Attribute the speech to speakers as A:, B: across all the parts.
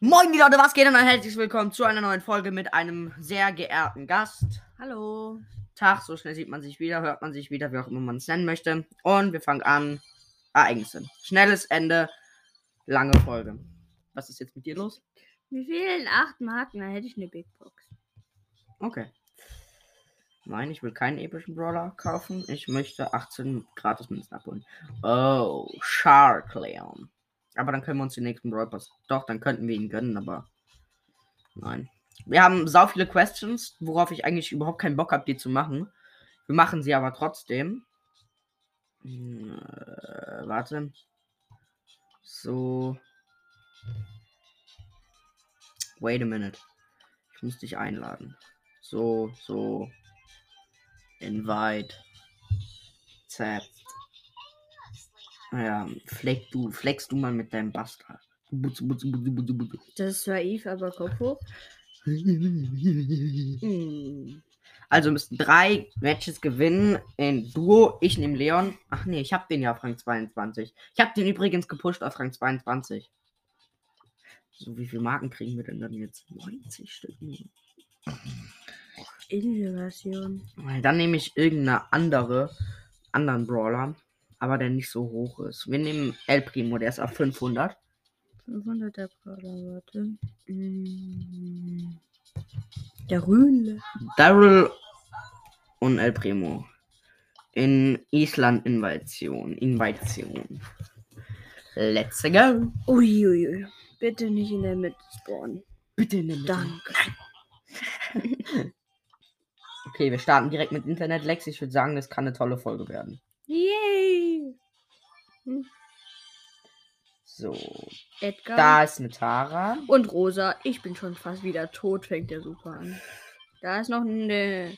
A: Moin, die Leute, was geht und herzlich willkommen zu einer neuen Folge mit einem sehr geehrten Gast. Hallo. Tag, so schnell sieht man sich wieder, hört man sich wieder, wie auch immer man es nennen möchte. Und wir fangen an. Ereignisse. Schnelles Ende, lange Folge. Was ist jetzt mit dir los?
B: Mir fehlen acht Marken, dann hätte ich eine Big Box.
A: Okay. Nein, ich will keinen epischen Brawler kaufen. Ich möchte 18 gratis Münzen abholen. Oh, Shark Leon. Aber dann können wir uns den nächsten Brawl Pass. Doch, dann könnten wir ihn gönnen, aber. Nein. Wir haben sau viele Questions, worauf ich eigentlich überhaupt keinen Bock habe, die zu machen. Wir machen sie aber trotzdem. Hm, Äh, warte. So. Wait a minute. Ich muss dich einladen. So, so. Invite. Zap. Ja, fleck du, flex du mal mit deinem Bastard. Butz, butz, butz, butz, butz.
B: Das ist naiv, aber Kopf hoch. Hm.
A: Also müssten drei Matches gewinnen in Duo. Ich nehme Leon. Ach nee, ich hab den ja auf Rang 22. Ich hab den übrigens gepusht auf Rang 22. So, wie viele Marken kriegen wir denn dann jetzt? 90 Stück. nur.
B: Innovation.
A: Weil Dann nehme ich irgendeine andere, anderen Brawler, aber der nicht so hoch ist. Wir nehmen El Primo, der ist auf 500.
B: 500er Brawler, warte. Hm. Der Rühle.
A: Daryl und El Primo. In Island Invasion. Invasion. Let's go.
B: Uiuiui. Bitte nicht in der Mitte spawnen.
A: Bitte in den
B: Danke.
A: Okay, wir starten direkt mit Internet-Lex. Ich würde sagen, das kann eine tolle Folge werden.
B: Yay!
A: So,
B: Edgar.
A: da ist eine Tara.
B: Und Rosa, ich bin schon fast wieder tot, fängt der Super an. Da ist noch eine.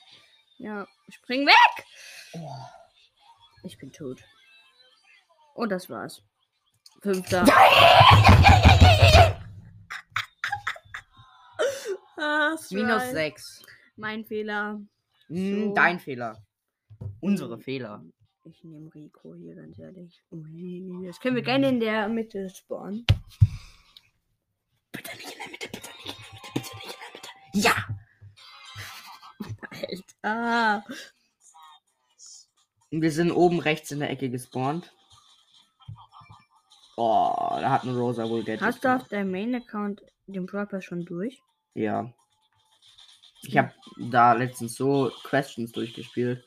B: Ja, spring weg! Ich bin tot. Und das war's. Fünfter. Ah,
A: Minus
B: Strike.
A: 6.
B: Mein Fehler.
A: Hm,
B: So.
A: Dein Fehler. Unsere Fehler.
B: Ich nehme Rico hier, ganz ehrlich. Ui, Das können wir gerne in der Mitte spawnen.
A: Bitte nicht in der Mitte, bitte nicht in der Mitte, bitte nicht in der Mitte. Ja!
B: Alter.
A: Und wir sind oben rechts in der Ecke gespawnt. Oh, da hat ein Rosa wohl Gadget.
B: Hast du
A: gemacht.
B: auf deinem Main-Account den Proper schon durch?
A: Ja. Ich habe da letztens so Questions durchgespielt,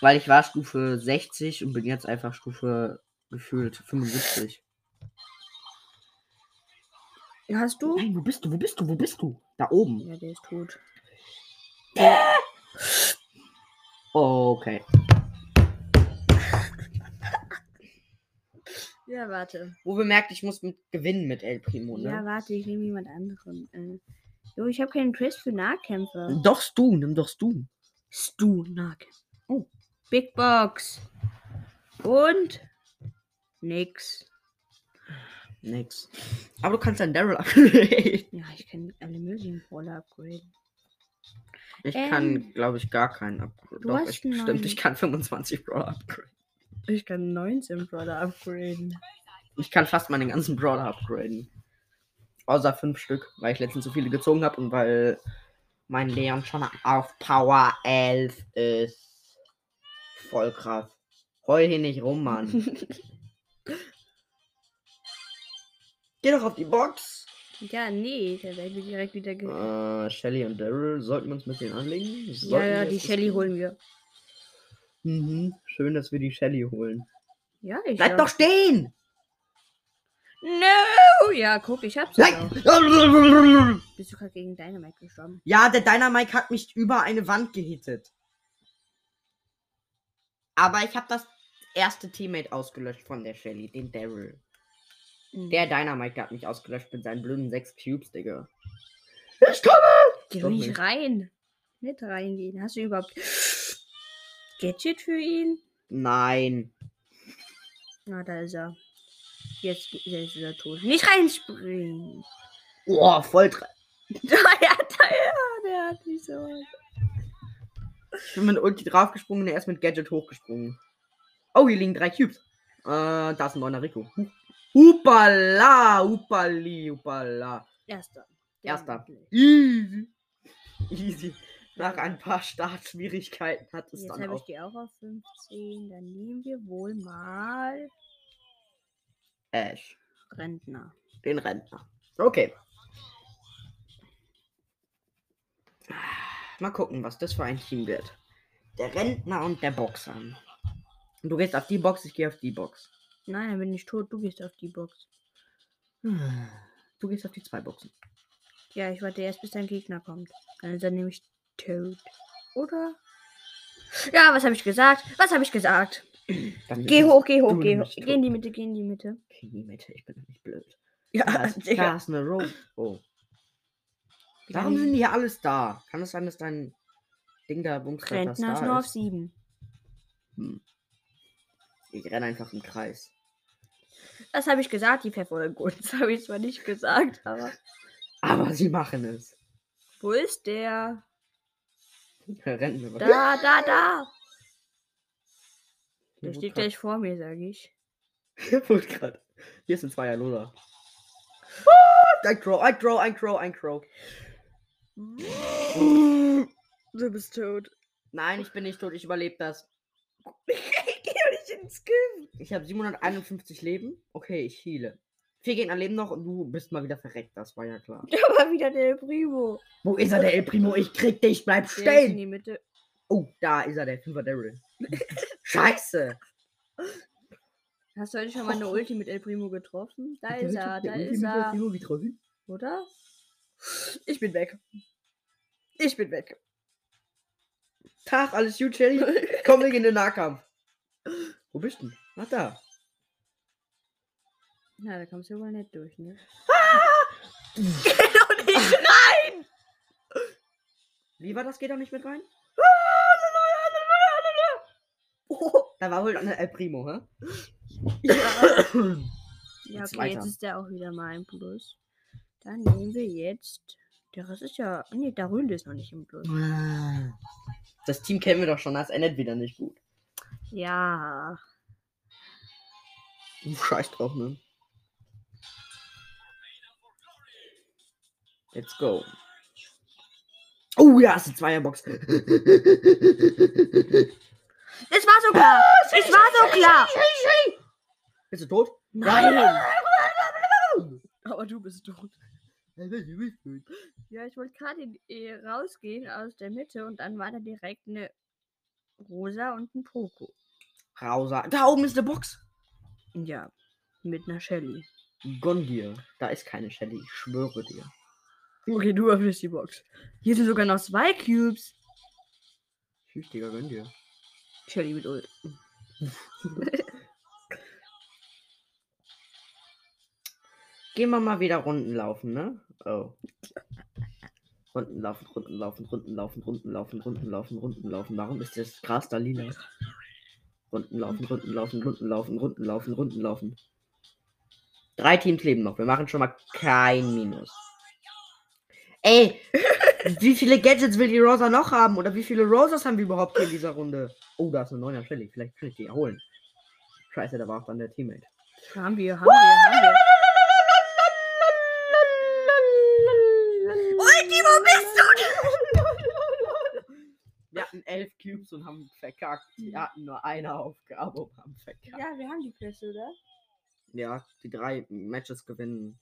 A: weil ich war Stufe 60 und bin jetzt einfach Stufe gefühlt 75.
B: Hast du?
A: Nein, wo bist du? Wo bist du? Wo bist du? Da oben.
B: Ja, der ist tot.
A: Oh, Okay.
B: Ja, warte.
A: Wo bemerkt, ich muss mit gewinnen mit El Primo,
B: Ja,
A: ne?
B: warte, ich nehme jemand anderen. Äh, jo, ich habe keinen Trace für Nahkämpfer.
A: doch du, nimm doch du.
B: Stu, Nahkämpfer. Oh, Big Box. Und nix.
A: Nix. Aber du kannst deinen Daryl upgraden.
B: Ja, ich kann alle möglichen Roller upgraden.
A: Ich
B: Ähm.
A: kann, glaube ich, gar keinen upgraden.
B: Du
A: Doch,
B: hast
A: ich,
B: einen
A: stimmt, ich
B: neuen.
A: kann 25 Brawler upgraden.
B: Ich kann 19 Roller upgraden.
A: Ich kann fast meinen ganzen Brawler upgraden. Außer fünf Stück, weil ich letztens so viele gezogen habe und weil mein Leon schon auf Power 11 ist. Voll krass. Heul hier nicht rum, Mann. Geh doch auf die Box.
B: ja, nee, da werden wir direkt wieder ge
A: Äh, Shelly und Daryl, sollten wir uns mit denen anlegen?
B: Ja,
A: Sollten
B: ja,
A: wir
B: die
A: jetzt-
B: Shelly holen wir.
A: Mhm. Schön, dass wir die Shelly holen.
B: Ja, ich.
A: Bleib doch stehen!
B: No! Ja, guck, ich hab's.
A: Bleib-
B: Auch. Bist du gerade gegen Dynamite gestorben?
A: Ja, der Dynamite hat mich über eine Wand gehittet. Aber ich habe das erste Teammate ausgelöscht von der Shelly, den Daryl.
B: Mhm.
A: Der Dynamite hat mich ausgelöscht mit seinen blöden sechs Cubes, Digga. Ich komme!
B: Geh
A: Doch
B: doch nicht
A: nicht.
B: rein. Nicht reingehen. Hast du überhaupt Gadget für ihn?
A: Nein.
B: Na, da ist er. Jetzt ge- jetzt ist er tot. Nicht reinspringen.
A: Boah, Oh, voll dra-
B: ja, da, ja, der hat mich so.
A: Ich bin mit Ulti draufgesprungen und er ist mit Gadget hochgesprungen. Oh, hier liegen drei Cubes. Äh, da ist ein neuner Rico. Hu- Hupala, hupali, hupala.
B: Erster.
A: Erster.
B: Wirklich.
A: Easy. Easy. Nach ein paar Startschwierigkeiten hat es
B: Jetzt
A: dann
B: habe ich
A: auch.
B: die auch auf 15. Dann nehmen wir wohl mal
A: Ash.
B: Rentner.
A: Den Rentner. Okay. Mal gucken, was das für ein Team wird. Der Rentner und der Boxer. Du gehst auf die Box, ich gehe auf die Box.
B: Nein, dann bin ich tot. Du gehst auf die Box.
A: Du gehst auf die zwei Boxen.
B: Ja, ich warte erst, bis dein Gegner kommt. Dann, dann nehme ich tot. Oder? Ja, was habe ich gesagt? Was habe ich gesagt?
A: Dann
B: Geh hoch, geh hoch,
A: du
B: geh hoch.
A: nimmst
B: Geh in die Mitte, geh in die Mitte.
A: Okay, in die Mitte, ich bin doch nicht blöd. Da
B: Ja,
A: ist, da ist eine Row. Oh. Warum sind die hier alles da? Kann es sein, dass dein Ding da bumst? das
B: Rentner ist nur
A: da
B: auf
A: ist?
B: sieben.
A: Hm. Ich renne einfach im Kreis.
B: Das habe ich gesagt, die verfolgen uns. Habe ich zwar nicht gesagt, aber.
A: Aber sie machen es.
B: Wo ist der?
A: Rennen wir mal.
B: Da, da, da!
A: Hier
B: Der
A: wurde
B: steht
A: grad-
B: gleich vor mir, sage ich.
A: Hier wurde grad- Hier ist ein Zweier Lola. Ein Crow, ein Crow, ein Crow, ein Crow.
B: Du bist tot.
A: Nein, ich bin nicht tot, ich überlebe das.
B: Ich geh doch nicht ins Skill.
A: Ich habe 751 Leben. Okay, ich heale. Vier gehen an Leben noch und du bist mal wieder verreckt, das war ja klar.
B: Da war wieder der Primo.
A: Wo ist er, der El Primo? Ich krieg dich, bleib
B: Der ist in
A: stehen!
B: die Mitte.
A: Oh, da ist er, der Fünfer Daryl. Scheiße!
B: Hast du heute schon mal eine Ulti mit El Primo getroffen? Da
A: Der
B: ist
A: Hütte-
B: er,
A: der
B: da
A: Ulti
B: ist
A: mit El
B: er.
A: Primo getroffen?
B: Oder? Ich bin weg. Ich bin weg.
A: Tag, alles gut, Shelly. Komm, wir gehen in den Nahkampf. Wo bist du denn? Ach, da.
B: Na, da kommst du wohl nicht durch, ne? Ah!
A: Wie war das? Geht auch nicht mit rein? Ah, Da Oh, war wohl eine El Primo, hä?
B: Ja, ja
A: Jetzt
B: okay,
A: weiter.
B: jetzt ist der auch wieder mal im Plus. Dann nehmen wir jetzt. Der Rest ist ja. Nee, der Rüde ist noch nicht im Plus.
A: Das Team kennen wir doch schon, das endet wieder nicht gut.
B: Ja.
A: Du scheiß drauf, ne? Let's go. Oh ja, es ist eine Zweierbox. Bist
B: Es war so klar! es war so klar!
A: du tot?
B: Aber du bist tot. Ja, ich wollte gerade äh, rausgehen aus der Mitte und dann war da direkt eine Rosa und ein Poco.
A: Rauser. Da oben ist eine Box.
B: Ja. Mit einer Shelly.
A: Gönn dir. Da ist keine Shelly, ich schwöre dir.
B: Okay, du öffnest die Box. Hier sind sogar noch zwei Cubes.
A: Tschüss, Digga, gönn dir.
B: Shelly mit Ult.
A: Gehen wir mal wieder Runden laufen, ne? Oh. Runden laufen, Runden laufen, Runden laufen, Runden laufen, Runden laufen, Runden laufen. Warum ist das Gras da lila? Runden laufen, Runden laufen, Runden laufen, Runden laufen, Runden laufen. Drei Teams leben noch. Wir machen schon mal kein Minus. Ey, wie viele Gadgets will die Rosa noch haben? Oder wie viele Rosas haben wir überhaupt hier in dieser Runde? Oh, da ist eine 9er Shelly. Vielleicht kann ich die erholen. Scheiße, da war auch dann der Teammate.
B: Haben wir, haben wir, haben wir.
A: Ultimo bist du! Wir hatten elf Cubes und haben verkackt. Wir hatten nur eine Aufgabe und haben verkackt.
B: Ja, wir haben die Quest, oder?
A: Ja, die drei Matches gewinnen.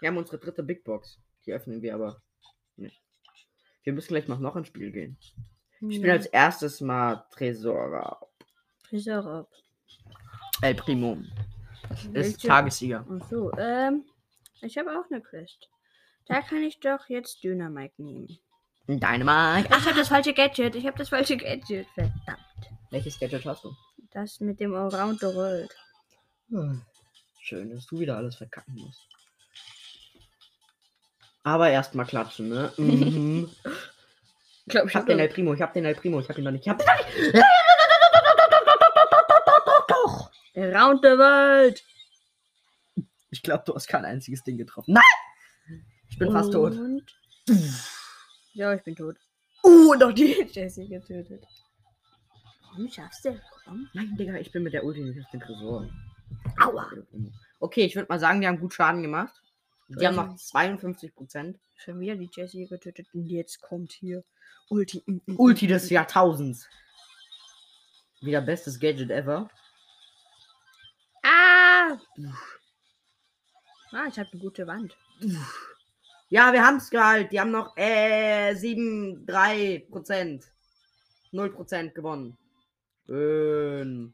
A: Wir haben unsere dritte Big Box. Die öffnen wir aber nicht. Wir müssen gleich mal noch ins Spiel gehen. Ich
B: Hm,
A: spiele als erstes mal Tresora.
B: Friseur ab.
A: El Primo. Ist
B: Welche-
A: Tagessieger.
B: Ach so, ähm, ich habe auch eine Quest. Da kann ich doch jetzt Dynamite nehmen.
A: Dynamite.
B: Ich habe das falsche Gadget, ich habe das falsche Gadget, verdammt.
A: Welches Gadget hast du?
B: Das mit dem Allround World.
A: Hm. Schön, dass du wieder alles verkacken musst. Aber erstmal klatschen, ne? Mhm.
B: Ich glaube,
A: ich hab den El Primo, ich hab den El Primo, ich hab ihn noch nicht. Ich hab ihn noch nicht.
B: Around the World!
A: Ich glaube, du hast kein einziges Ding getroffen. Nein! Ich bin fast tot.
B: Und... Ja, ich bin tot. Oh, noch die Jessie getötet. Komm, schaffst du? Komm.
A: Nein, Digga, ich bin mit der Ulti nicht auf den Tresor.
B: Aua.
A: Okay, ich würde mal sagen, wir haben gut Schaden gemacht. Die haben noch 52 Prozent.
B: Schon wieder die Jessie getötet. Und jetzt kommt hier Ulti. mm, mm,
A: Ulti
B: mm,
A: des
B: mm.
A: Jahrtausends. Wieder bestes Gadget ever.
B: Ah! Ah, ich habe eine gute Wand.
A: Ja, wir haben's gehalten. Die haben noch äh, 7, 3 Prozent. 0 Prozent gewonnen. Schön.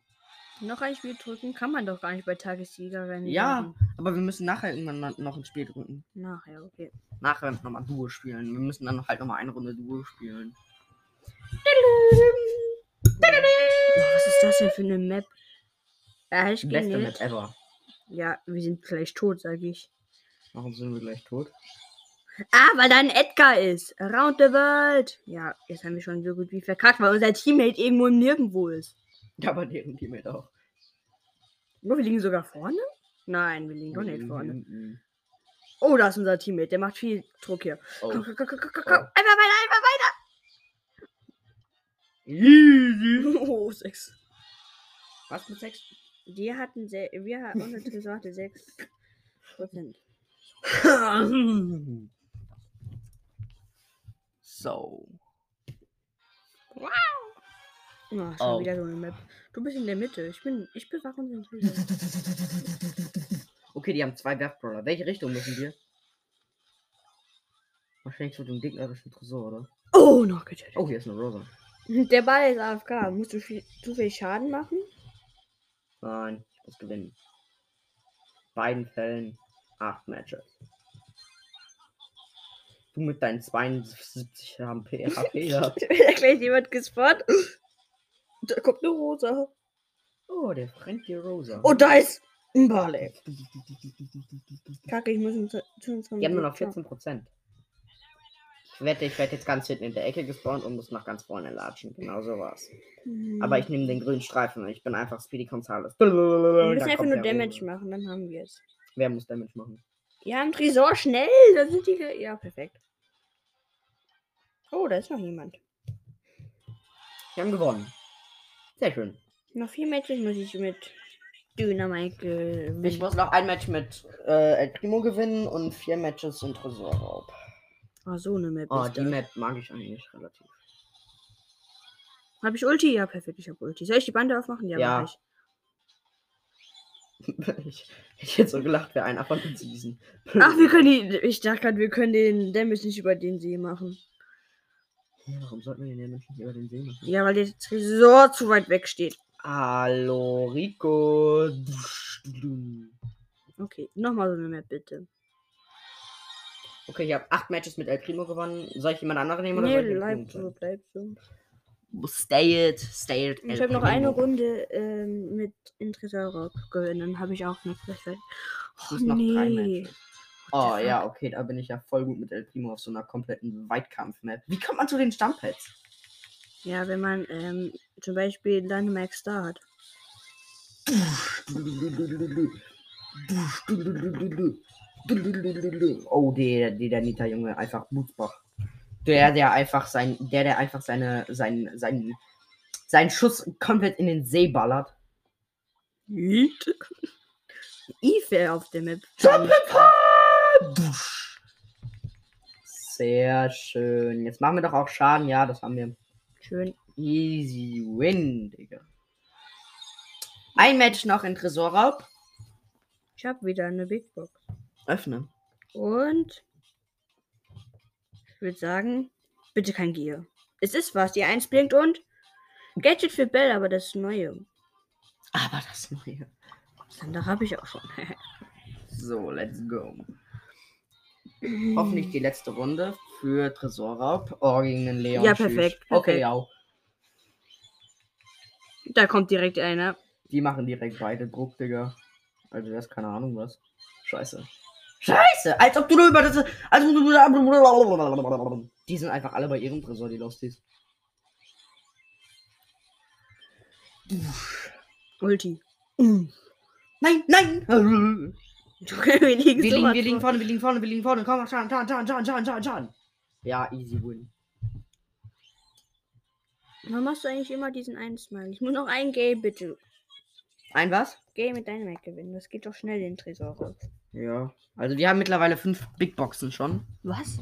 B: Noch ein Spiel drücken kann man doch gar nicht bei Tagessiegerin.
A: Ja. Aber wir müssen nachher irgendwann mal noch ein Spiel drücken.
B: Nachher, okay.
A: Nachher nochmal Duo spielen. Wir müssen dann halt nochmal eine Runde Duo spielen.
B: Oh, was ist das denn für eine Map? Ja, ich geh
A: Beste Map
B: nicht.
A: ever.
B: Ja, wir sind gleich tot, sag ich.
A: Warum sind wir gleich tot?
B: Ah, weil da ein Edgar ist. Around the world. Ja, jetzt haben wir schon so gut wie verkackt, weil unser Teammate irgendwo im Nirgendwo ist.
A: Ja, bei deren Teammate auch.
B: Oh, wir liegen sogar vorne? Nein, wir liegen doch nicht
A: Mhm,
B: vorne.
A: mhm.
B: Oh, da ist unser Teammate. Der macht viel Druck hier.
A: Oh.
B: Komm, komm, komm, komm, komm,
A: Oh.
B: komm. Einfach weiter,
A: Easy.
B: einfach weiter. Oh, sechs.
A: Was mit 6?
B: Wir hatten, se wir hatten, unser Tresor hatte sechs Prozent. Oh,
A: so.
B: Oh, schon
A: Oh.
B: wieder so eine Map. Du bist in der Mitte. Ich bin, ich bewache unseren Tresor.
A: Okay, die haben zwei Werfbrawler. Welche Richtung müssen wir? Wahrscheinlich zu dem gegnerischen Tresor, oder?
B: Oh, noch getötet.
A: Oh, hier ist eine Rosa.
B: Der Ball ist AFK. Musst du viel, zu viel Schaden machen?
A: Nein, ich muss gewinnen. Beiden Fällen acht Matches. Du mit deinen 72 HP. HP da.
B: Da hat gleich jemand gespawnt. Da kommt eine Rosa.
A: Oh, der brennt die Rosa.
B: Und da ist ein Barley. Kacke, ich muss uns zu unserem.
A: Die haben nur noch 14%. Ich wette, ich werde jetzt ganz hinten in der Ecke gespawnt und muss nach ganz vorne latschen. Genau so war's.
B: Hm.
A: Aber ich nehme den grünen Streifen und ich bin einfach Speedy Gonzales.
B: Wir müssen einfach nur Damage
A: machen.
B: machen, dann haben wir es.
A: Wer muss Damage machen?
B: Ja, im Tresor schnell. Da sind die. ge- Ja, perfekt. Oh, da ist noch jemand.
A: Wir haben gewonnen. Sehr schön.
B: Noch vier Matches muss ich mit Dynamite gewinnen.
A: Ich muss noch ein Match mit äh, El Primo gewinnen und vier Matches in Tresorraub.
B: Ah, so eine Map.
A: Oh,
B: ist
A: die
B: das.
A: Map mag ich eigentlich relativ.
B: Hab ich Ulti? Ja, perfekt, ich hab Ulti. Soll ich die Bande aufmachen? Ja,
A: Ja.
B: mach ich.
A: ich hätte jetzt so gelacht, wäre einer von uns diesen.
B: Ach, wir können die. Ich dachte gerade, wir können den Damage nicht über den See machen.
A: Ja, Warum sollten wir denn den Menschen über den See machen?
B: Ja, weil der Tresor zu weit weg steht.
A: Hallo, Rico.
B: Okay, nochmal so eine Map, bitte.
A: Okay, ich habe acht Matches mit El Primo gewonnen. Soll ich jemand anderen nehmen oder
B: Nee,
A: soll ich
B: bleib
A: El
B: so,
A: Primo
B: bleib so.
A: nehmen? Stay it, stay it.
B: Ich
A: El
B: habe noch eine
A: Primo.
B: Runde ähm, mit Interesseurop gewinnen. Dann habe ich auch eine Flashlight.
A: Ich
B: Oh,
A: muss noch drei
B: nee.
A: Matches. Oh
B: the fuck?
A: ja, okay, da bin ich ja voll gut mit El Primo auf so einer kompletten Weitkampf-Map. Wie kommt man zu den Stammpads?
B: Ja, wenn man ähm, zum Beispiel Dynamax Star hat.
A: Oh, der, der, der Nita Junge, einfach Mutsbach. Der, der einfach sein, der, der einfach seine, sein, sein, seinen Schuss komplett in den See ballert.
B: Yeet. Eve wär auf der Map.
A: Sehr schön. Jetzt machen wir doch auch Schaden, ja, das haben wir.
B: Schön.
A: Easy win, Digga. Ein Match noch in Tresorraub.
B: Ich habe wieder eine Big Box.
A: Öffnen.
B: Und ich würde sagen, bitte kein Gier. Es ist was, die 1 blinkt und Gadget für Bell, aber das neue.
A: Aber das neue.
B: Das andere habe ich auch schon.
A: So, let's go. Hoffentlich die letzte Runde für Tresorraub. Oh, gegen den Leon.
B: Ja,
A: Tschüss.
B: perfekt,
A: Okay, ja.
B: perfekt. Da kommt direkt einer.
A: Die machen direkt beide Druck, Digga. Also, das ist keine Ahnung was. Scheiße. Scheiße! Als ob du nur über das. Als ob du nur die sind einfach alle bei ihrem Tresor, die Losties.
B: Ulti.
A: Nein, nein!
B: wir liegen,
A: Wir
B: so
A: liegen,
B: weit
A: wir liegen
B: vor.
A: vorne, wir liegen vorne, wir liegen vorne. Komm, Schaden, Schaden, Schaden, Schaden, Schaden, Schaden, Schaden. Ja, easy win.
B: Warum machst du eigentlich immer diesen einen Smile? Ich muss noch ein Game bitte.
A: Ein was?
B: Game mit Dynamite gewinnen. Das geht doch schnell den Tresor raus.
A: Ja. Also wir haben mittlerweile fünf Big Boxen schon.
B: Was?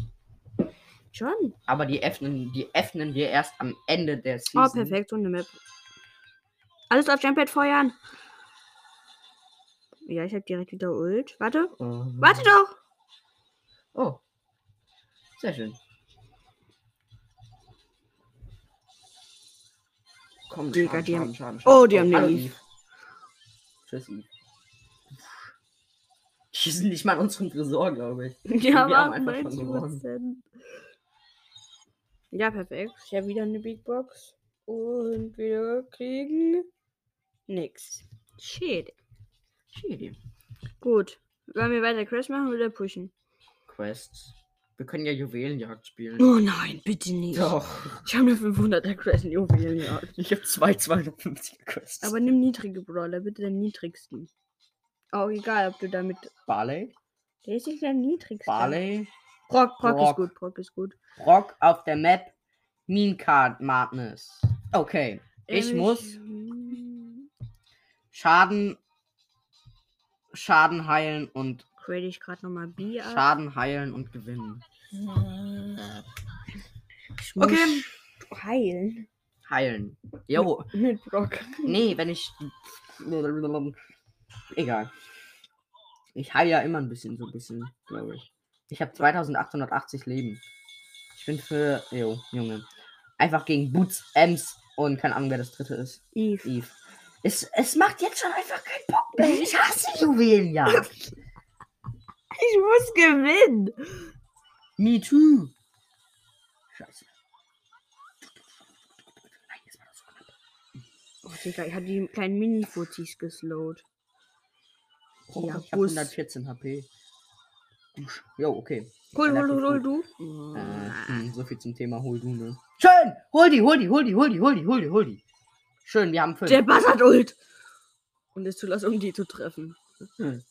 B: John?
A: Aber die öffnen, die öffnen wir erst am Ende der Season.
B: Oh, perfekt. Und eine Map. Alles auf Jumppad feuern. Ja, ich habe direkt wieder Ult. Warte.
A: Ähm,
B: Warte doch.
A: Oh. Sehr schön. Komm,
B: Digga,
A: Schaden,
B: die
A: Schaden,
B: haben-
A: Schaden, Schaden.
B: Oh, die haben den
A: hallo,
B: Leaf.
A: Leaf. Tschüss, Eve. Die sind nicht mal in unserem Tresor, glaube ich.
B: Ja,
A: wir haben
B: war
A: einfach schon
B: 90 Prozent. Ja, perfekt. Ich habe wieder eine Big Box. Und wir kriegen nix. Shit.
A: Schöne
B: Gut. Wollen wir weiter Quest machen oder pushen?
A: Quests. Wir können ja Juwelenjagd spielen.
B: Oh nein, bitte nicht.
A: Doch.
B: Ich habe eine 500er Quest in Juwelenjagd.
A: Ich habe zwei 250er Quests.
B: Aber nimm niedrige Brawler, bitte den niedrigsten. Auch egal, ob du damit.
A: Barley?
B: Der ist nicht der niedrigste.
A: Barley?
B: Brock, Brock, ist
A: Brock.
B: gut, Brock ist gut.
A: Rock auf der Map. Mean Card Madness. Okay. Ich
B: Ähm,
A: muss Schaden. Schaden heilen und
B: Grade ich gerade nochmal Bier. ab.
A: Schaden heilen und gewinnen.
B: Ich muss
A: Okay.
B: heilen.
A: Heilen. Jo.
B: Mit Brock.
A: Nee, wenn ich. Egal. Ich heile ja immer ein bisschen, so ein bisschen, glaube ich. Ich habe 2880 Leben. Ich bin für. Jo, Junge. Einfach gegen Boots, Ems und keine Ahnung, wer das dritte ist.
B: Eve.
A: Eve. Es, es macht jetzt schon einfach keinen Bock mehr. Ich hasse Juwelenjagd.
B: Ich muss gewinnen.
A: Me too. Scheiße. Nein, das war doch so knapp.
B: Oh, Digga, ich habe die kleinen Mini-Fuzis geslowt.
A: Oh,
B: Ja,
A: ich habe
B: Bus.
A: 114 HP. Usch. Jo, okay.
B: Hol, hol,
A: Relativ
B: hol, hol,
A: gut.
B: du.
A: Äh, hm, so viel zum Thema hol du, ne? Schön! Hol die, hol die, hol die, hol die, hol die, hol die, hol die. Schön, wir haben fünf.
B: Der Bass hat Ult. Und ist zu lassen, um die zu treffen.
A: Hm.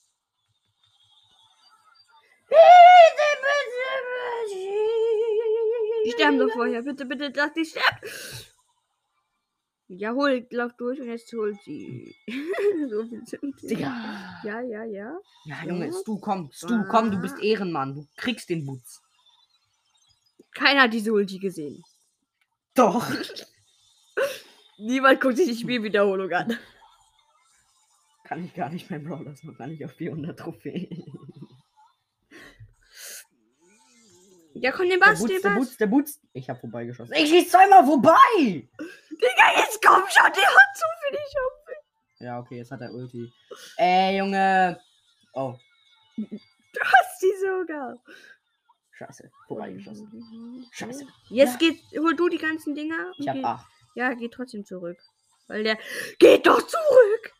B: Die sterben doch vorher. Bitte, bitte, dass die sterben. Ja, hol, lauf durch und jetzt holt sie. so viel zum Thema.
A: Digga.
B: Ja, ja, ja.
A: Ja, Ah. Junge,
B: Ja.
A: Stu, komm, Stu, komm, du bist Ehrenmann, du kriegst den Boots.
B: Keiner hat diese Ulti gesehen.
A: Doch.
B: Niemand guckt sich die Spielwiederholung an.
A: Kann ich gar nicht beim Brawler, noch gar nicht auf 400 Trophäen.
B: Ja, komm, den
A: Der
B: Bass,
A: Boots,
B: den
A: der
B: Bass.
A: Boots, der Boots. Ich hab vorbeigeschossen. Ich schieß zweimal vorbei!
B: Digga, jetzt komm schon, der hat zu viel. Ich hab.
A: Ja, okay, jetzt hat er Ulti. Ey, Junge. Oh,
B: Du hast die sogar.
A: scheiße. Vorbeigeschossen. Oh, Scheiße.
B: Jetzt geht, hol du die ganzen Dinger. und
A: Ich hab
B: geh-
A: 8.
B: Ja, geh trotzdem zurück. Weil der. Geht doch zurück!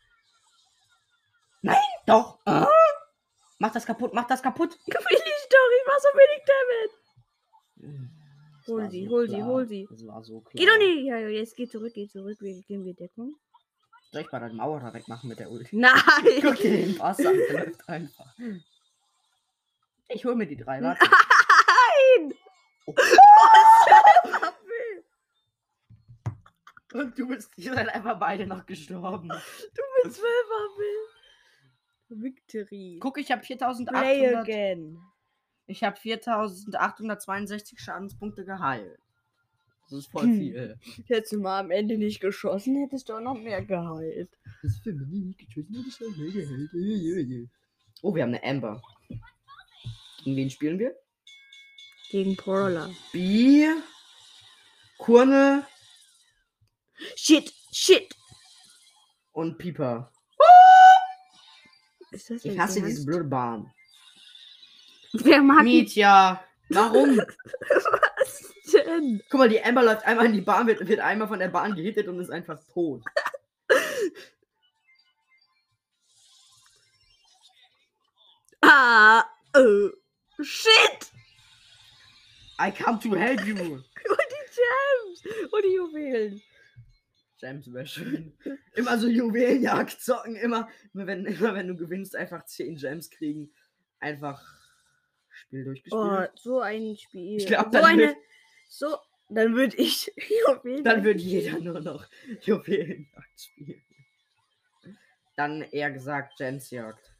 A: Doch. Ah. Mach das kaputt, mach das kaputt.
B: Will ich doch, ich mach so wenig Damage.
A: Das
B: Hol
A: war
B: sie, hol sie,
A: klar.
B: hol sie.
A: Das war so klar.
B: Geh doch nicht. Ja, ja, jetzt geh zurück, geh zurück. Wir gehen wir Deckung.
A: Soll ich mal deine Mauer da wegmachen mit der Ulti? Guck dir
B: Nein!
A: den Pass an, der läuft einfach. Ich hol mir die drei, warte.
B: Nein!
A: Oh.
B: Apfel,
A: Und du bist, ihr seid einfach beide noch gestorben.
B: Du bist zwölf Apfel. Victory.
A: Guck, ich habe
B: Play
A: 4800.
B: again.
A: Ich habe 4862 Schadenspunkte geheilt. Das ist
B: Hm.
A: voll viel.
B: Hättest du mal am Ende nicht geschossen, hättest du auch noch mehr geheilt.
A: Das ist für mich geschossen, das ist schon mega geheilt. Oh, wir haben eine Amber. Gegen wen spielen wir?
B: Gegen Brawler.
A: Bier, Kurne
B: Shit, shit.
A: und Pieper.
B: Ist das
A: Ich
B: jetzt
A: hasse
B: ernst?
A: diese blöde Bahn.
B: Wer mag die
A: Mietja, warum?
B: denn?
A: Guck mal, die Amber läuft einmal in die Bahn, wird, wird einmal von der Bahn gehittet und ist einfach tot.
B: Ah, oh. Shit.
A: I come to help you.
B: Und die Gems. Und die Juwelen.
A: James wäre schön. Immer so Juwelenjagd zocken, immer, immer, wenn, immer wenn du gewinnst, einfach 10 Gems kriegen. Einfach Spiel
B: Oh,
A: durchgespielt.
B: so ein Spiel.
A: Ich glaub,
B: so
A: dann
B: eine.
A: wird-
B: So, dann würde ich Juwelen.
A: Dann würde jeder nur noch Juwelenjagd spielen. Dann eher gesagt Gemsjagd.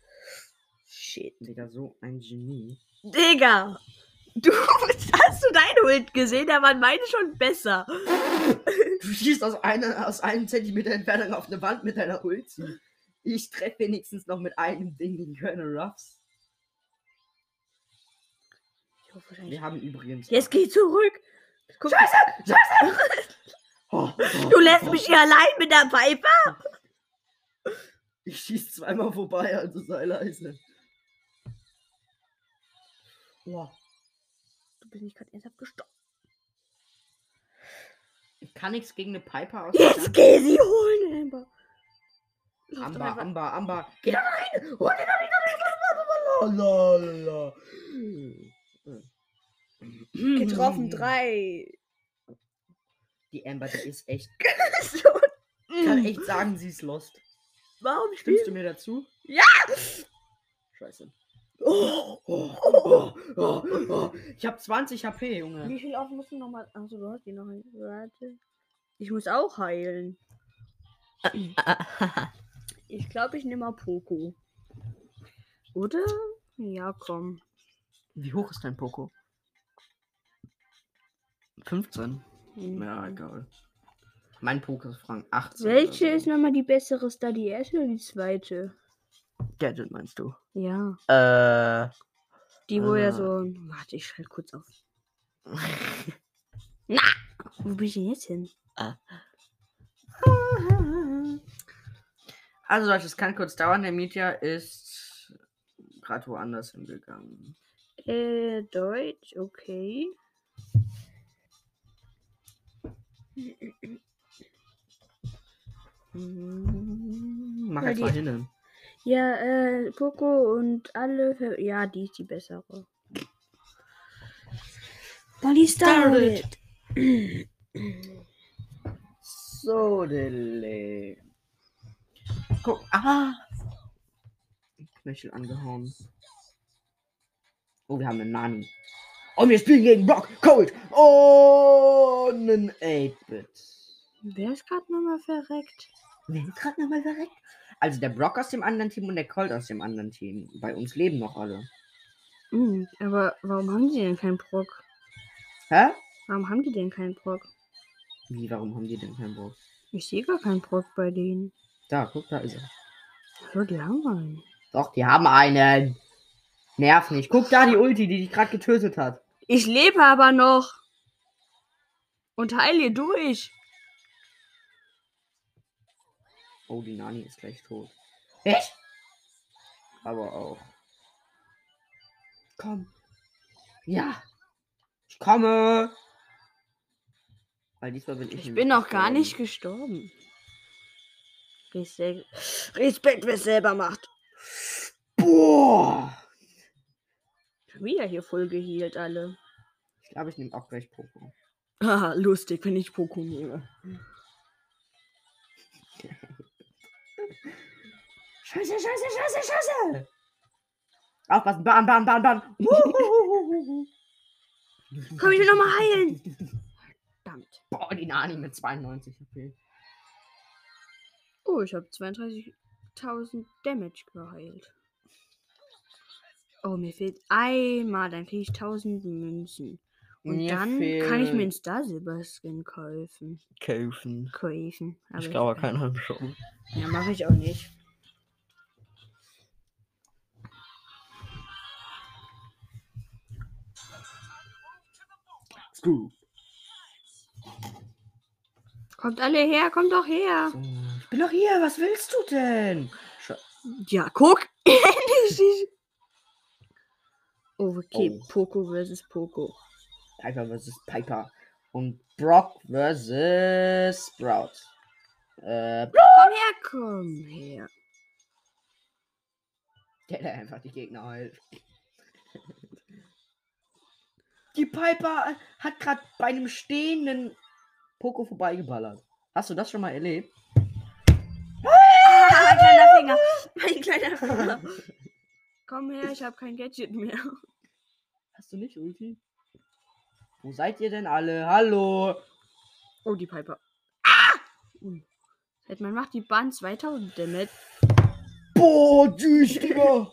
B: Shit.
A: Digga, so ein Genie.
B: Digga! Du hast du dein Ult gesehen? Da waren meine schon besser.
A: Du schießt aus, einer, aus einem Zentimeter Entfernung auf eine Wand mit deiner Ulti. Ich treffe wenigstens noch mit einem Ding gegen Colonel Ruffs.
B: Ich hoffe,
A: Wir
B: wahrscheinlich-
A: haben übrigens.
B: Jetzt geh zurück! Guck,
A: Scheiße! Scheiße! Oh, oh,
B: du lässt mich hier allein mit der Piper!
A: oh. Ich schieß zweimal vorbei, also sei leise. Oh,
B: Du bist nicht gerade ernsthaft gestorben.
A: ich kann nichts gegen eine Piper aus.
B: Jetzt geh sie holen, Amber! Lauf doch
A: Amber,
B: einfach-
A: Amber, Amber. Geh da rein! Hol dir da rein! Lalalala.
B: Getroffen, drei.
A: Die Amber, die ist echt.
B: so,
A: Ich kann
B: mm.
A: echt sagen, sie ist lost.
B: Warum
A: Stimmst
B: spielst
A: du mir dazu?
B: Ja!
A: Scheiße.
B: du? Oh.
A: Oh, oh, oh, oh. Ich hab 20 HP, Junge.
B: Wie viel auf musst du nochmal? Achso, du hast die noch. Warte. Ich muss auch heilen. Ich glaube, ich nehme mal Poco. Oder? Ja, komm.
A: Wie hoch ist dein Poco? 15.
B: Hm.
A: Ja, egal. Mein Poco ist Frank Also. 18. oder
B: Welche
A: so.
B: ist nochmal die bessere Star? Die erste oder die zweite?
A: Gadget, meinst du?
B: Ja.
A: Äh.
B: Die, wo ja
A: Ah.
B: so. Warte, ich schalte kurz auf. Wo bin ich denn jetzt hin?
A: Also Leute, es kann kurz dauern. Der Mietja ist gerade woanders hingegangen.
B: Äh, Deutsch, okay.
A: Hm, Mach
B: Ja,
A: jetzt
B: die-
A: mal hin.
B: Ja, äh, Poco und alle. ver- Ja, die ist die bessere. Bonnie
A: Starlet. So, Dele. Guck. Ah! Knöchel angehauen. Oh, wir haben einen Nani. Und wir spielen gegen Brock Cold und einen 8-Bit.
B: Wer ist gerade nochmal verreckt?
A: Wer ist gerade nochmal verreckt? Also der Brock aus dem anderen Team und der Cold aus dem anderen Team. Bei uns leben noch alle.
B: Hm, aber warum haben die denn keinen Brock?
A: Hä?
B: Warum haben die denn keinen Brock?
A: Wie, warum haben die denn keinen Brock?
B: Ich sehe gar keinen Brock bei denen.
A: Da, guck, da ist er.
B: Hallo, die haben einen.
A: Doch, die haben einen. Nerv nicht. Guck da die Ulti, die dich gerade getötet hat.
B: Ich lebe aber noch. Und heile durch.
A: Oh, die Nani ist gleich tot. Ich? Aber auch. Komm. Ja. Ich komme. Weil diesmal bin ich.
B: Ich
A: nämlich
B: bin noch gar
A: gestorben.
B: nicht gestorben. Respekt, Respekt wer selber macht.
A: Boah.
B: Schon wieder hier voll gehealt alle.
A: Ich glaube, ich nehme auch gleich Poco.
B: Haha, lustig, wenn ich Poco nehme.
A: Scheiße, scheiße, scheiße, scheiße. Aufpassen. Bahn, Bahn, Bahn, Bahn. Wuhuhuhuhu.
B: Komm, ich will nochmal heilen. Verdammt.
A: Boah, Oh, die Nani mit 92 HP.
B: Oh, ich habe 32.000 Damage geheilt. Oh, mir fehlt einmal, dann kriege ich 1000 Münzen. Und
A: Mir
B: dann kann ich mir einen
A: fehlt-
B: Star Silver Skin kaufen.
A: kaufen.
B: Kaufen. Aber
A: Ich glaube, keiner hat schon.
B: Ja, mache ich auch nicht.
A: Screw.
B: Kommt alle her, kommt doch her.
A: So, Ich bin doch hier, was willst du denn? Sche-
B: Ja, guck. Richtig. oh, okay.
A: Oh.
B: Poco versus Poco.
A: Piper vs. Piper. Und Brock vs. Sprout. Äh, Brock,
B: Komm her, komm her.
A: der der einfach die Gegner heult. Die Piper äh, hat gerade bei einem stehenden Poco vorbeigeballert. Hast du das schon mal erlebt?
B: Ah, mein kleiner Finger. Mein kleiner Finger. komm her, ich habe kein Gadget mehr.
A: Hast du nicht, Ulti? Wo seid ihr denn alle? Hallo!
B: Oh, die Piper. Ah! Uh. Halt, Man macht die Bahn 2000 damit.
A: Boah, tschüss, Digga!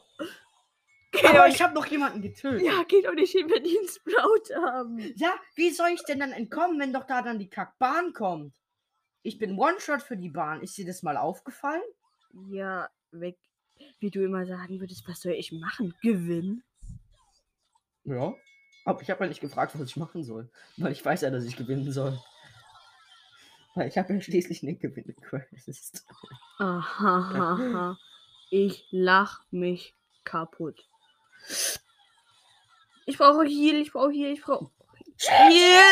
B: Geht
A: Aber
B: doch
A: ich habe noch jemanden getötet.
B: nicht- ja, geht doch nicht hin, wenn die einen Sprout haben.
A: Ja, wie soll ich denn dann entkommen, wenn doch da dann die Kackbahn kommt? Ich bin One-Shot für die Bahn. Ist dir das mal aufgefallen?
B: Ja, weg. Wie du immer sagen würdest, was soll ich machen? Gewinnen?
A: Ja. Aber ich habe ja nicht gefragt, was ich machen soll. Weil ich weiß ja, dass ich gewinnen soll. Weil ich habe ja schließlich eine Gewinne-Quest.
B: Aha, aha. Ich lach mich kaputt. Ich brauche Heal, ich brauche Heal, ich brauche Heal.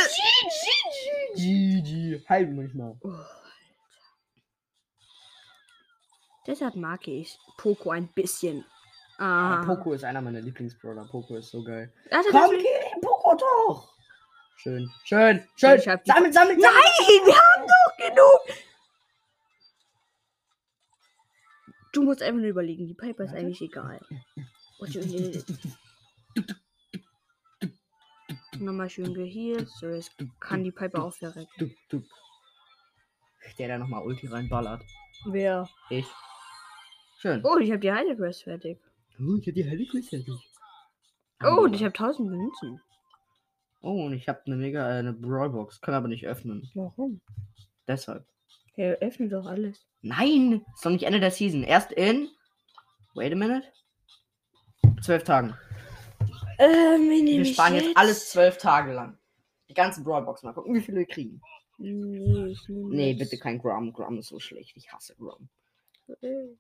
A: GG. Heil mich mal.
B: Oh, Alter. Deshalb mag ich Poco ein bisschen. Ah,
A: Ah, Poco ist einer meiner Lieblingsbrawler. Poco ist so geil.
B: Also,
A: Komm,
B: deswegen-
A: geh den Poco doch! Schön, schön, schön.
B: Ich hab die-
A: Sammel, sammel, sammel.
B: Nein, wir haben doch genug. Du musst einfach nur überlegen, die Piper ist
A: Warte.
B: eigentlich egal. Und schön- Nochmal schön gehealt. So, jetzt kann die Piper auch verrecken.
A: Dup, dup. Der da nochmal Ulti reinballert.
B: Wer?
A: Ich. Schön.
B: Oh, ich habe die Heile Quest fertig.
A: Oh, ich hab die helle Küste.
B: Oh, und ich habe 1000 Münzen.
A: Oh, und ich habe eine mega äh, eine Brawlbox, kann aber nicht öffnen.
B: Warum?
A: Deshalb.
B: Ja, öffne doch alles.
A: Nein, ist doch nicht Ende der Season. Erst in Wait a minute. Zwölf Tagen.
B: Ähm,
A: Wir sparen jetzt alles zwölf Tage lang. Die ganze Brawlbox. Mal gucken, wie viele wir kriegen.
B: Nee, ich nehm
A: Nee,
B: jetzt-
A: bitte kein Grom. Grom ist so schlecht. Ich hasse Grom.
B: Äh,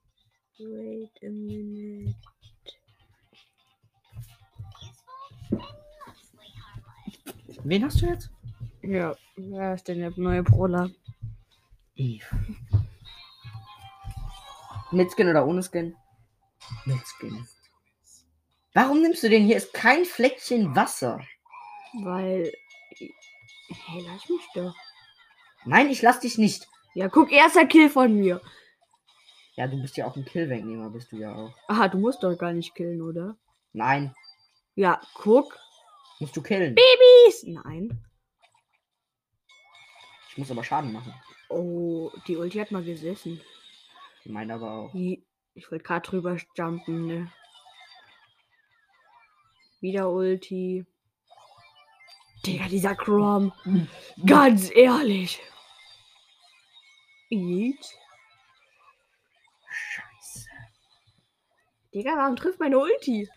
B: Wait a minute.
A: Wen hast du jetzt?
B: Ja, wer ist denn der neue Brawler?
A: Eve. Mit Skin oder ohne Skin? Mit Skin. Warum nimmst du den? Hier ist kein Fleckchen Wasser.
B: Weil. Hey, lass mich doch.
A: Nein, ich lass dich nicht.
B: Ja, guck, erster Kill von mir.
A: Ja, du bist ja auch ein Killwegnehmer, bist du ja auch.
B: Aha, du musst doch gar nicht killen, oder?
A: Nein,
B: Ja, guck.
A: musst du killen.
B: Babys! Nein.
A: Ich muss aber Schaden machen.
B: Oh, die Ulti hat mal gesessen.
A: Meine aber auch.
B: Wie- Ich wollte gerade drüber jumpen, ne? Wieder Ulti. Digga, dieser Chrome. Ganz ehrlich. Eat.
A: Scheiße.
B: Digga, warum trifft meine Ulti?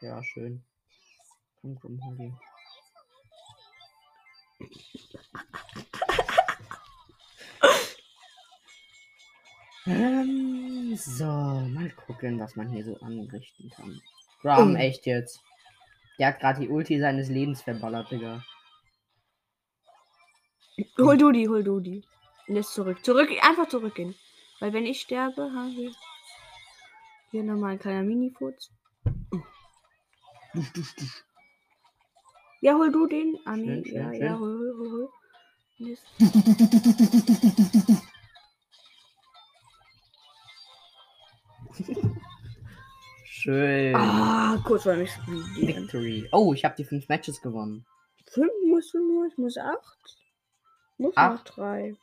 A: Ja, schön. Komm, komm, hol dir. ähm, so, mal gucken, was man hier so anrichten kann. Gram,
B: Oh.
A: echt jetzt. Der hat gerade die Ulti seines Lebens verballert, Digga.
B: Hol du die, hol du die. Lässt zurück. Zurück, einfach zurückgehen. Weil wenn ich sterbe, haben wir. Hier nochmal ein kleiner Minifutz. Ja, hol du den. Ah, nee.
A: Schnell,
B: ja,
A: schnell,
B: ja,
A: schnell.
B: hol, hol, hol, hol. Yes.
A: Schön.
B: Ah, kurz vor mich spielen.
A: Victory. Oh, ich habe die fünf Matches gewonnen.
B: Fünf musst du nur, ich muss acht. Muss noch
A: Acht.
B: drei.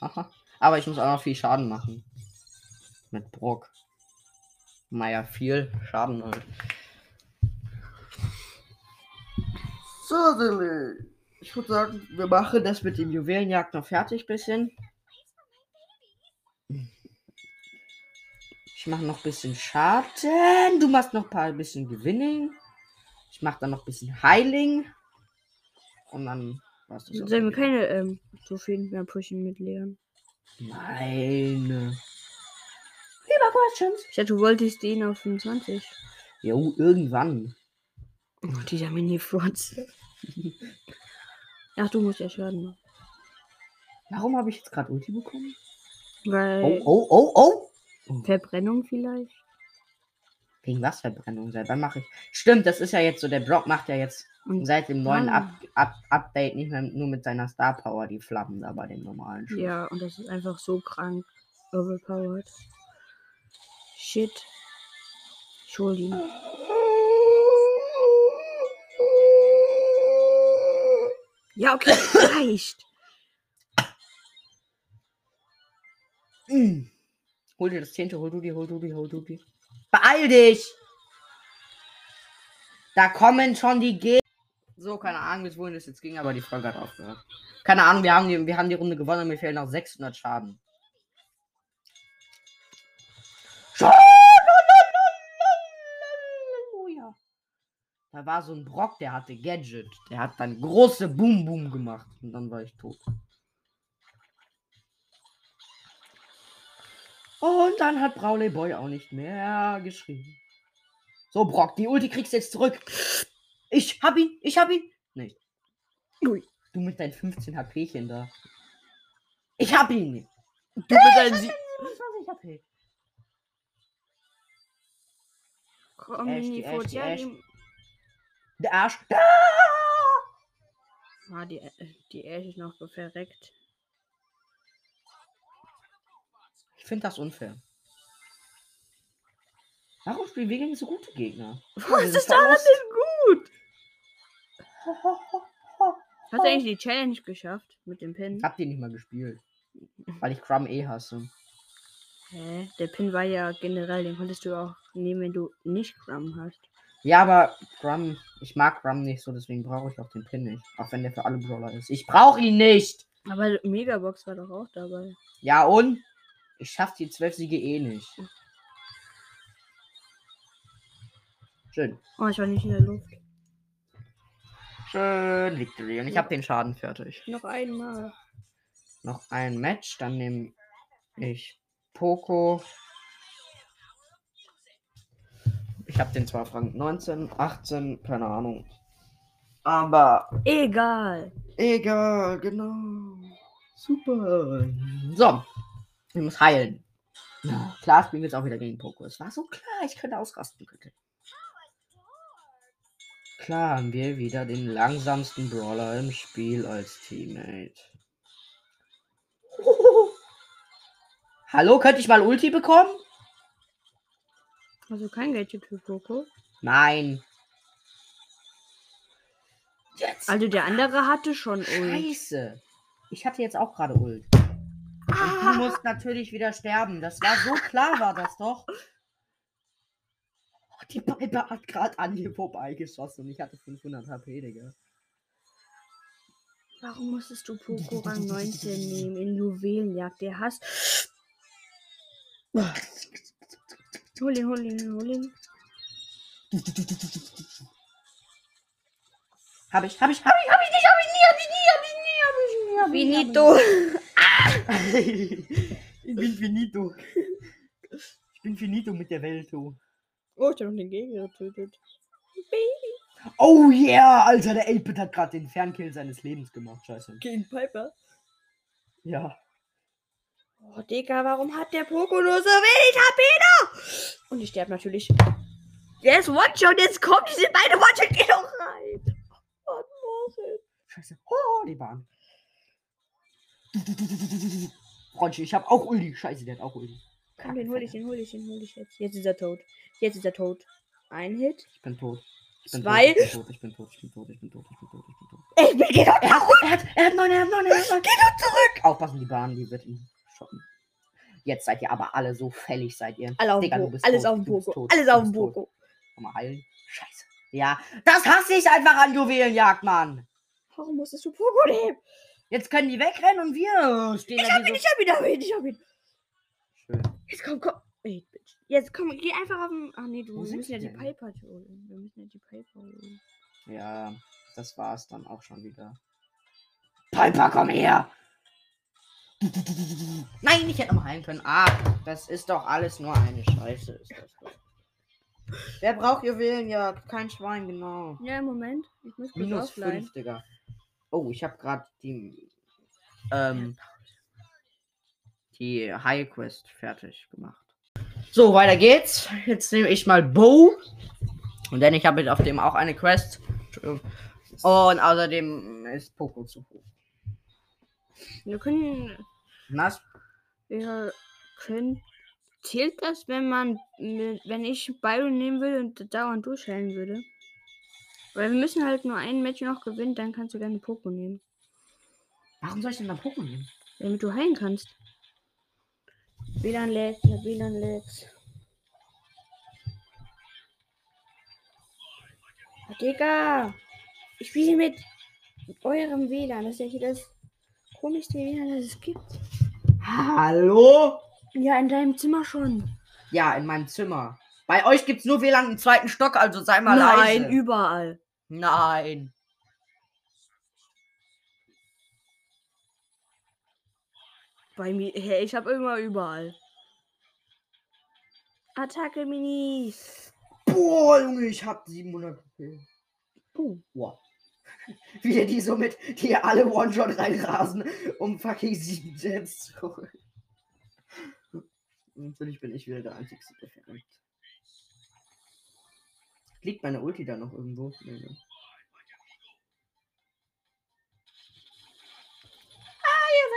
A: Haha. Aber ich muss auch noch viel Schaden machen. Mit Brock. Naja, viel Schaden. halt. So, Silly. Ich würde sagen, wir machen das mit dem Juwelenjagd noch fertig bisschen. Ich mache noch ein bisschen Schaden. Du machst noch ein paar bisschen Gewinning. Ich mache dann noch ein bisschen Heiling. Und dann war's das. auch
B: Sollen wir
A: wieder.
B: keine ähm, Trophäen mehr pushen mit Leon?
A: Nein. Lieber Questions.
B: Ich dachte, du wolltest den auf 25.
A: Jo, irgendwann.
B: Oh, dieser Mini-Frotz. Ach, du musst ja Schaden machen.
A: Warum habe ich jetzt gerade Ulti bekommen? Oh,
B: Weil
A: oh, oh, oh.
B: Verbrennung vielleicht?
A: Wegen was Verbrennung selber mache ich. Stimmt, das ist ja jetzt so. Der Block macht ja jetzt
B: Und
A: seit dem neuen
B: Ah.
A: Up Up Update nicht mehr nur mit seiner Star Power die Flammen da bei dem normalen Schuss.
B: ja, und das ist einfach so krank. Overpowered. Shit. Ich hol ihn. Ja, okay, reicht.
A: Mm. Hol dir das zehnte, hol du die, hol du die, hol du die. Beeil dich! Da kommen schon die G. So, keine Ahnung, bis wohin das jetzt ging, aber die Folge hat aufgehört. Keine Ahnung, wir haben die, wir haben die Runde gewonnen und mir fehlen noch 600 Schaden. Halleluja. Da war so ein Brock, der hatte Gadget. Der hat dann große Boom Boom gemacht. Und dann war ich tot. Und dann hat Brawley Boy auch nicht mehr geschrieben. So, Brock, die Ulti kriegst du jetzt zurück. Ich hab ihn, ich hab ihn. Nee.
B: Ui.
A: Du mit deinen 15 HPchen da. Ich hab ihn. Du mit deinen sie- 27 HP.
B: Komm,
A: Ash, die
B: die
A: Ash, die
B: Furcht. Ja,
A: Ash.
B: die,
A: Der Arsch.
B: ah, die, die Ash ist noch verreckt.
A: Ich finde das unfair. Warum spielen wir gegen so gute Gegner?
B: Was
A: sind
B: ist daran
A: verlost.
B: denn gut? Hast du eigentlich die Challenge geschafft mit dem Pin?
A: Ich hab die nicht mal gespielt. Weil ich Crumb eh hasse.
B: Hä? Der Pin war ja generell, den konntest du auch nehmen, wenn du nicht Gramm hast.
A: Ja, aber Crumb, ich mag Crumb nicht so, deswegen brauche ich auch den Pin nicht. Auch wenn der für alle Brawler ist. Ich brauche ihn nicht!
B: Aber Megabox war doch auch dabei.
A: Ja und? Ich schaff die 12 Siege eh nicht. Schön.
B: Oh, ich war nicht in der Luft.
A: Schön, Victory. Und ich habe den Schaden fertig.
B: Noch einmal.
A: noch ein Match. Dann nehme ich Poco. Ich habe den zwar auf Rang 19, 18, keine Ahnung. Aber
B: Egal.
A: egal, genau. Super. So, ich muss heilen. Na, Klar spielen wir jetzt auch wieder gegen Poco. Es war so klar, ich könnte ausrasten, könnte. Klar haben wir wieder den langsamsten Brawler im Spiel als Teammate. Hallo, könnte ich mal Ulti bekommen?
B: Also kein Gadget für Coco.
A: Nein. Jetzt.
B: Also der andere hatte schon Ult.
A: Scheiße. Ich hatte jetzt auch gerade Ult. Und du musst natürlich wieder sterben. Das war so klar, war das doch. Oh, Die Piper hat gerade an dir vorbeigeschossen und ich hatte 500 HP, Digga.
B: Warum musstest du Poco Rang 19 nehmen in Juwelenjagd? Der Hass. Hol ihn, hol ihn, hol ihn.
A: Hab ich, hab ich, hab ich, hab ich nicht, hab ich nie, hab ich nie, hab ich nie, hab ich nie, hab ich nie.
B: Finito.
A: ich bin finito. Ich bin finito mit der Welt, du.
B: Oh, ich hab noch den Gegner getötet.
A: Oh yeah, Alter, der 8-Bit hat gerade den Fernkill seines Lebens gemacht, scheiße.
B: Gegen Piper.
A: Ja.
B: Oh, Digga, warum hat der Poco nur so wenig HP noch? Und ich sterbe natürlich. Der ist One-Shot, jetzt kommt, die sind beide One-Shot, geh doch rein. Und Moritz.
A: Scheiße. Oh, die Bahn. Freundchen, ich habe auch Uldi. Scheiße, der hat auch Uldi.
B: Komm, den hol ich, den hol ich, den hol ich jetzt. Jetzt ist er tot. Jetzt ist er tot. Ein Hit.
A: Ich bin tot. Ich bin
B: Zwei.
A: Tot, ich bin tot, ich bin tot, ich bin tot, ich bin tot, ich bin tot, ich bin tot.
B: Ich bin genau.
A: Er hat, er hat, er hat neun, er hat neun, er hat neun. Geh doch zurück! Aufpassen, die Bahn, die wird ihn schocken. Jetzt seid ihr aber alle so fällig, seid ihr.
B: Alle auf
A: Digga, du
B: dem
A: bist
B: Poco. Alles
A: tot,
B: auf dem
A: du bist
B: Poco.
A: tot,
B: Alles
A: du
B: auf dem
A: bist tot.
B: Poco.
A: Komm mal heilen. Scheiße. Ja, das hasse ich einfach an Juwelenjagd, Mann.
B: Warum musstest du Poco nehmen?
A: Jetzt können die wegrennen und wir äh, stehen
B: Ich
A: da
B: hab
A: wie
B: ihn, ich hab ihn, ich hab ihn, ich hab ihn.
A: so. Schön.
B: Jetzt komm, komm. Ey, Bitch. Jetzt komm, geh einfach auf den. Ach nee, du,
A: Wo
B: wir
A: sind
B: müssen
A: die
B: ja die
A: denn?
B: Piper holen. Wir müssen ja die Piper holen.
A: Ja, das war's dann auch schon wieder. Piper, komm her! Nein, ich hätte noch heilen können. Ah, das ist doch alles nur eine Scheiße. Ist das doch. Wer braucht Juwelenjagd? Kein Schwein, genau.
B: Ja, Moment. Ich muss kurz
A: Minus
B: offline.
A: 5, Digga. Oh, ich habe gerade die. Ähm, die High Quest fertig gemacht. So, weiter geht's. Jetzt nehme ich mal Bo. Und denn ich habe jetzt auf dem auch eine Quest. Entschuldigung. Und außerdem ist Poco zu hoch.
B: Wir können.
A: Was?
B: Wir können. Zählt das, wenn man. mit- Wenn ich Byron nehmen würde und dauernd durchhellen würde? Weil wir müssen halt nur ein Match noch gewinnen, dann kannst du gerne Poco nehmen.
A: Warum soll ich denn da Poco nehmen?
B: Damit du heilen kannst. WLAN lädt, ja, WLAN lädt. Ah, Digga, ich spiele mit, mit eurem WLAN. Das ist ja hier das komischste WLAN, das es gibt.
A: Hallo?
B: Ja, in deinem Zimmer schon.
A: Ja, in meinem Zimmer. Bei euch gibt's nur WLAN im zweiten Stock, also sei mal
B: Nein,
A: leise.
B: überall.
A: Nein.
B: Bei mir, hey, ich habe immer überall. Attacke Minis.
A: Boah, Junge, ich hab 700 HP.
B: Puh.
A: Boah. Wie die somit die alle One-Shot reinrasen, um fucking sieben Jets zu holen. Natürlich bin ich wieder der einzigste der verreckt. Liegt meine Ulti da noch irgendwo? Nee, ne. nee.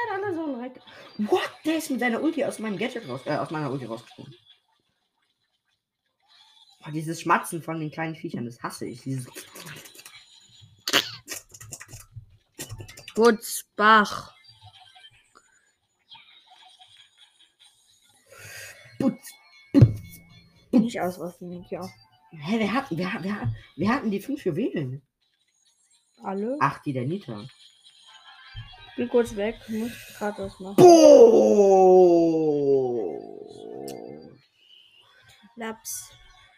B: Seid alle so ein Dreck.
A: What? Der ist mit seiner Ulti aus meinem Gadget raus, äh, aus meiner Ulti rausgesprungen. Boah, dieses Schmatzen von den kleinen Viechern, das hasse ich. Dieses
B: Butzbach.
A: Putz.
B: Nicht ausrasten, ja.
A: Hä, wer hat, wer, wer, wer hatten die fünf Juwelen?
B: Alle.
A: Ach, die der Nita.
B: Bin kurz weg, muss gerade was machen.
A: Boah.
B: Laps.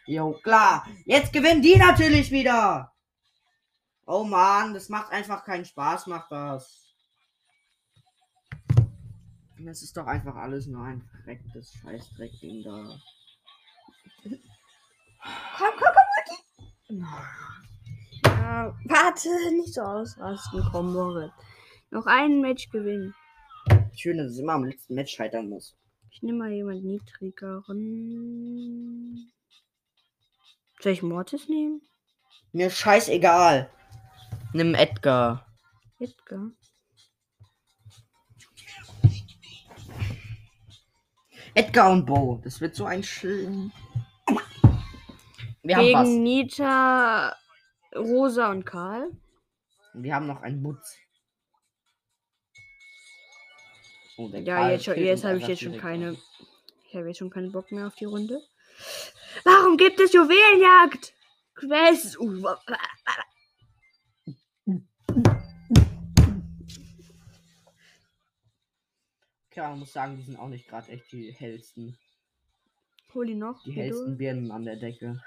A: Jo, klar. Jetzt gewinnen die natürlich wieder. Oh Mann, das macht einfach keinen Spaß, macht das. Das ist doch einfach alles nur ein verrecktes Scheißdreckding da.
B: Komm, komm, komm, Mutti. Ja, warte, nicht so ausrasten, komm, Moritz. Noch ein Match gewinnen.
A: Schön, dass es immer am letzten Match scheitern muss.
B: Ich nehme mal jemand niedrigeren. Soll ich Mortis nehmen?
A: Mir scheißegal. Nimm Edgar.
B: Edgar.
A: Edgar und Bo. Das wird so ein Schild. Wir haben was.
B: Gegen Nita, Rosa und Karl.
A: Wir haben noch einen Butz. Oh, der
B: Ja,
A: Karl
B: jetzt, schon-
A: killt
B: jetzt
A: uns
B: habe ich
A: einfach
B: jetzt schon
A: direkt.
B: keine. Ich habe jetzt schon keinen Bock mehr auf die Runde. Warum gibt es Juwelenjagd? Quest. Uh, wa- wa-
A: Klar, man muss sagen, die sind auch nicht gerade echt die hellsten.
B: hol ihn noch.
A: Die
B: Guido.
A: hellsten Birnen an der Decke.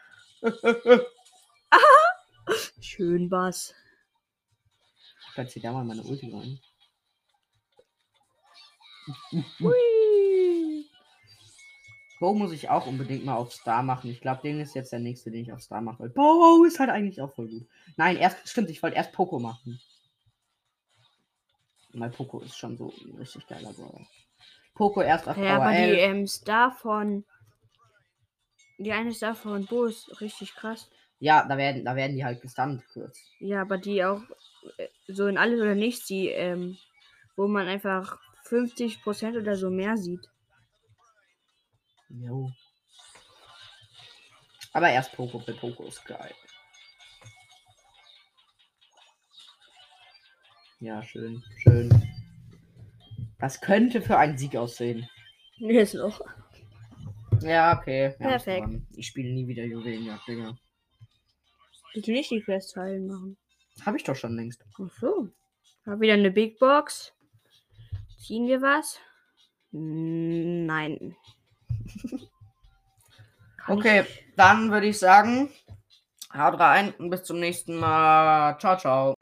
B: Schön was.
A: Ich platziere da mal meine Ulti rein. Hm.
B: Hui.
A: Bo muss ich auch unbedingt mal auf Star machen. Ich glaube, den ist jetzt der nächste, den ich auf Star mache. Weil Bo ist halt eigentlich auch voll gut. Nein, erst stimmt, ich wollte erst Poco machen. Mal Poco ist schon so ein richtig geiler Brawler. Poco erst auf
B: Ja,
A: Power
B: aber die
A: 11.
B: ähm, Star von. Die eine Star von Bo ist richtig krass.
A: Ja, da werden, da werden die halt gestunt kurz.
B: Ja, aber die auch äh, so in alles oder nichts, die, ähm, wo man einfach 50% oder so mehr sieht.
A: Jo. Aber erst Poco, weil Poco ist geil. Ja, schön, schön. Das könnte für einen Sieg aussehen.
B: Hier ist noch.
A: Ja, okay. wir haben's
B: Perfekt.
A: gewonnen. Ich spiele nie wieder Juwelenjagd, Digga.
B: Willst du nicht die Quest heilen machen?
A: Hab ich doch schon längst.
B: Ach so. Hab wieder eine Big Box. Ziehen wir was? Mm, Nein. Kann
A: Okay,
B: Ich...
A: dann würde ich sagen, haut rein und bis zum nächsten Mal. Ciao, ciao.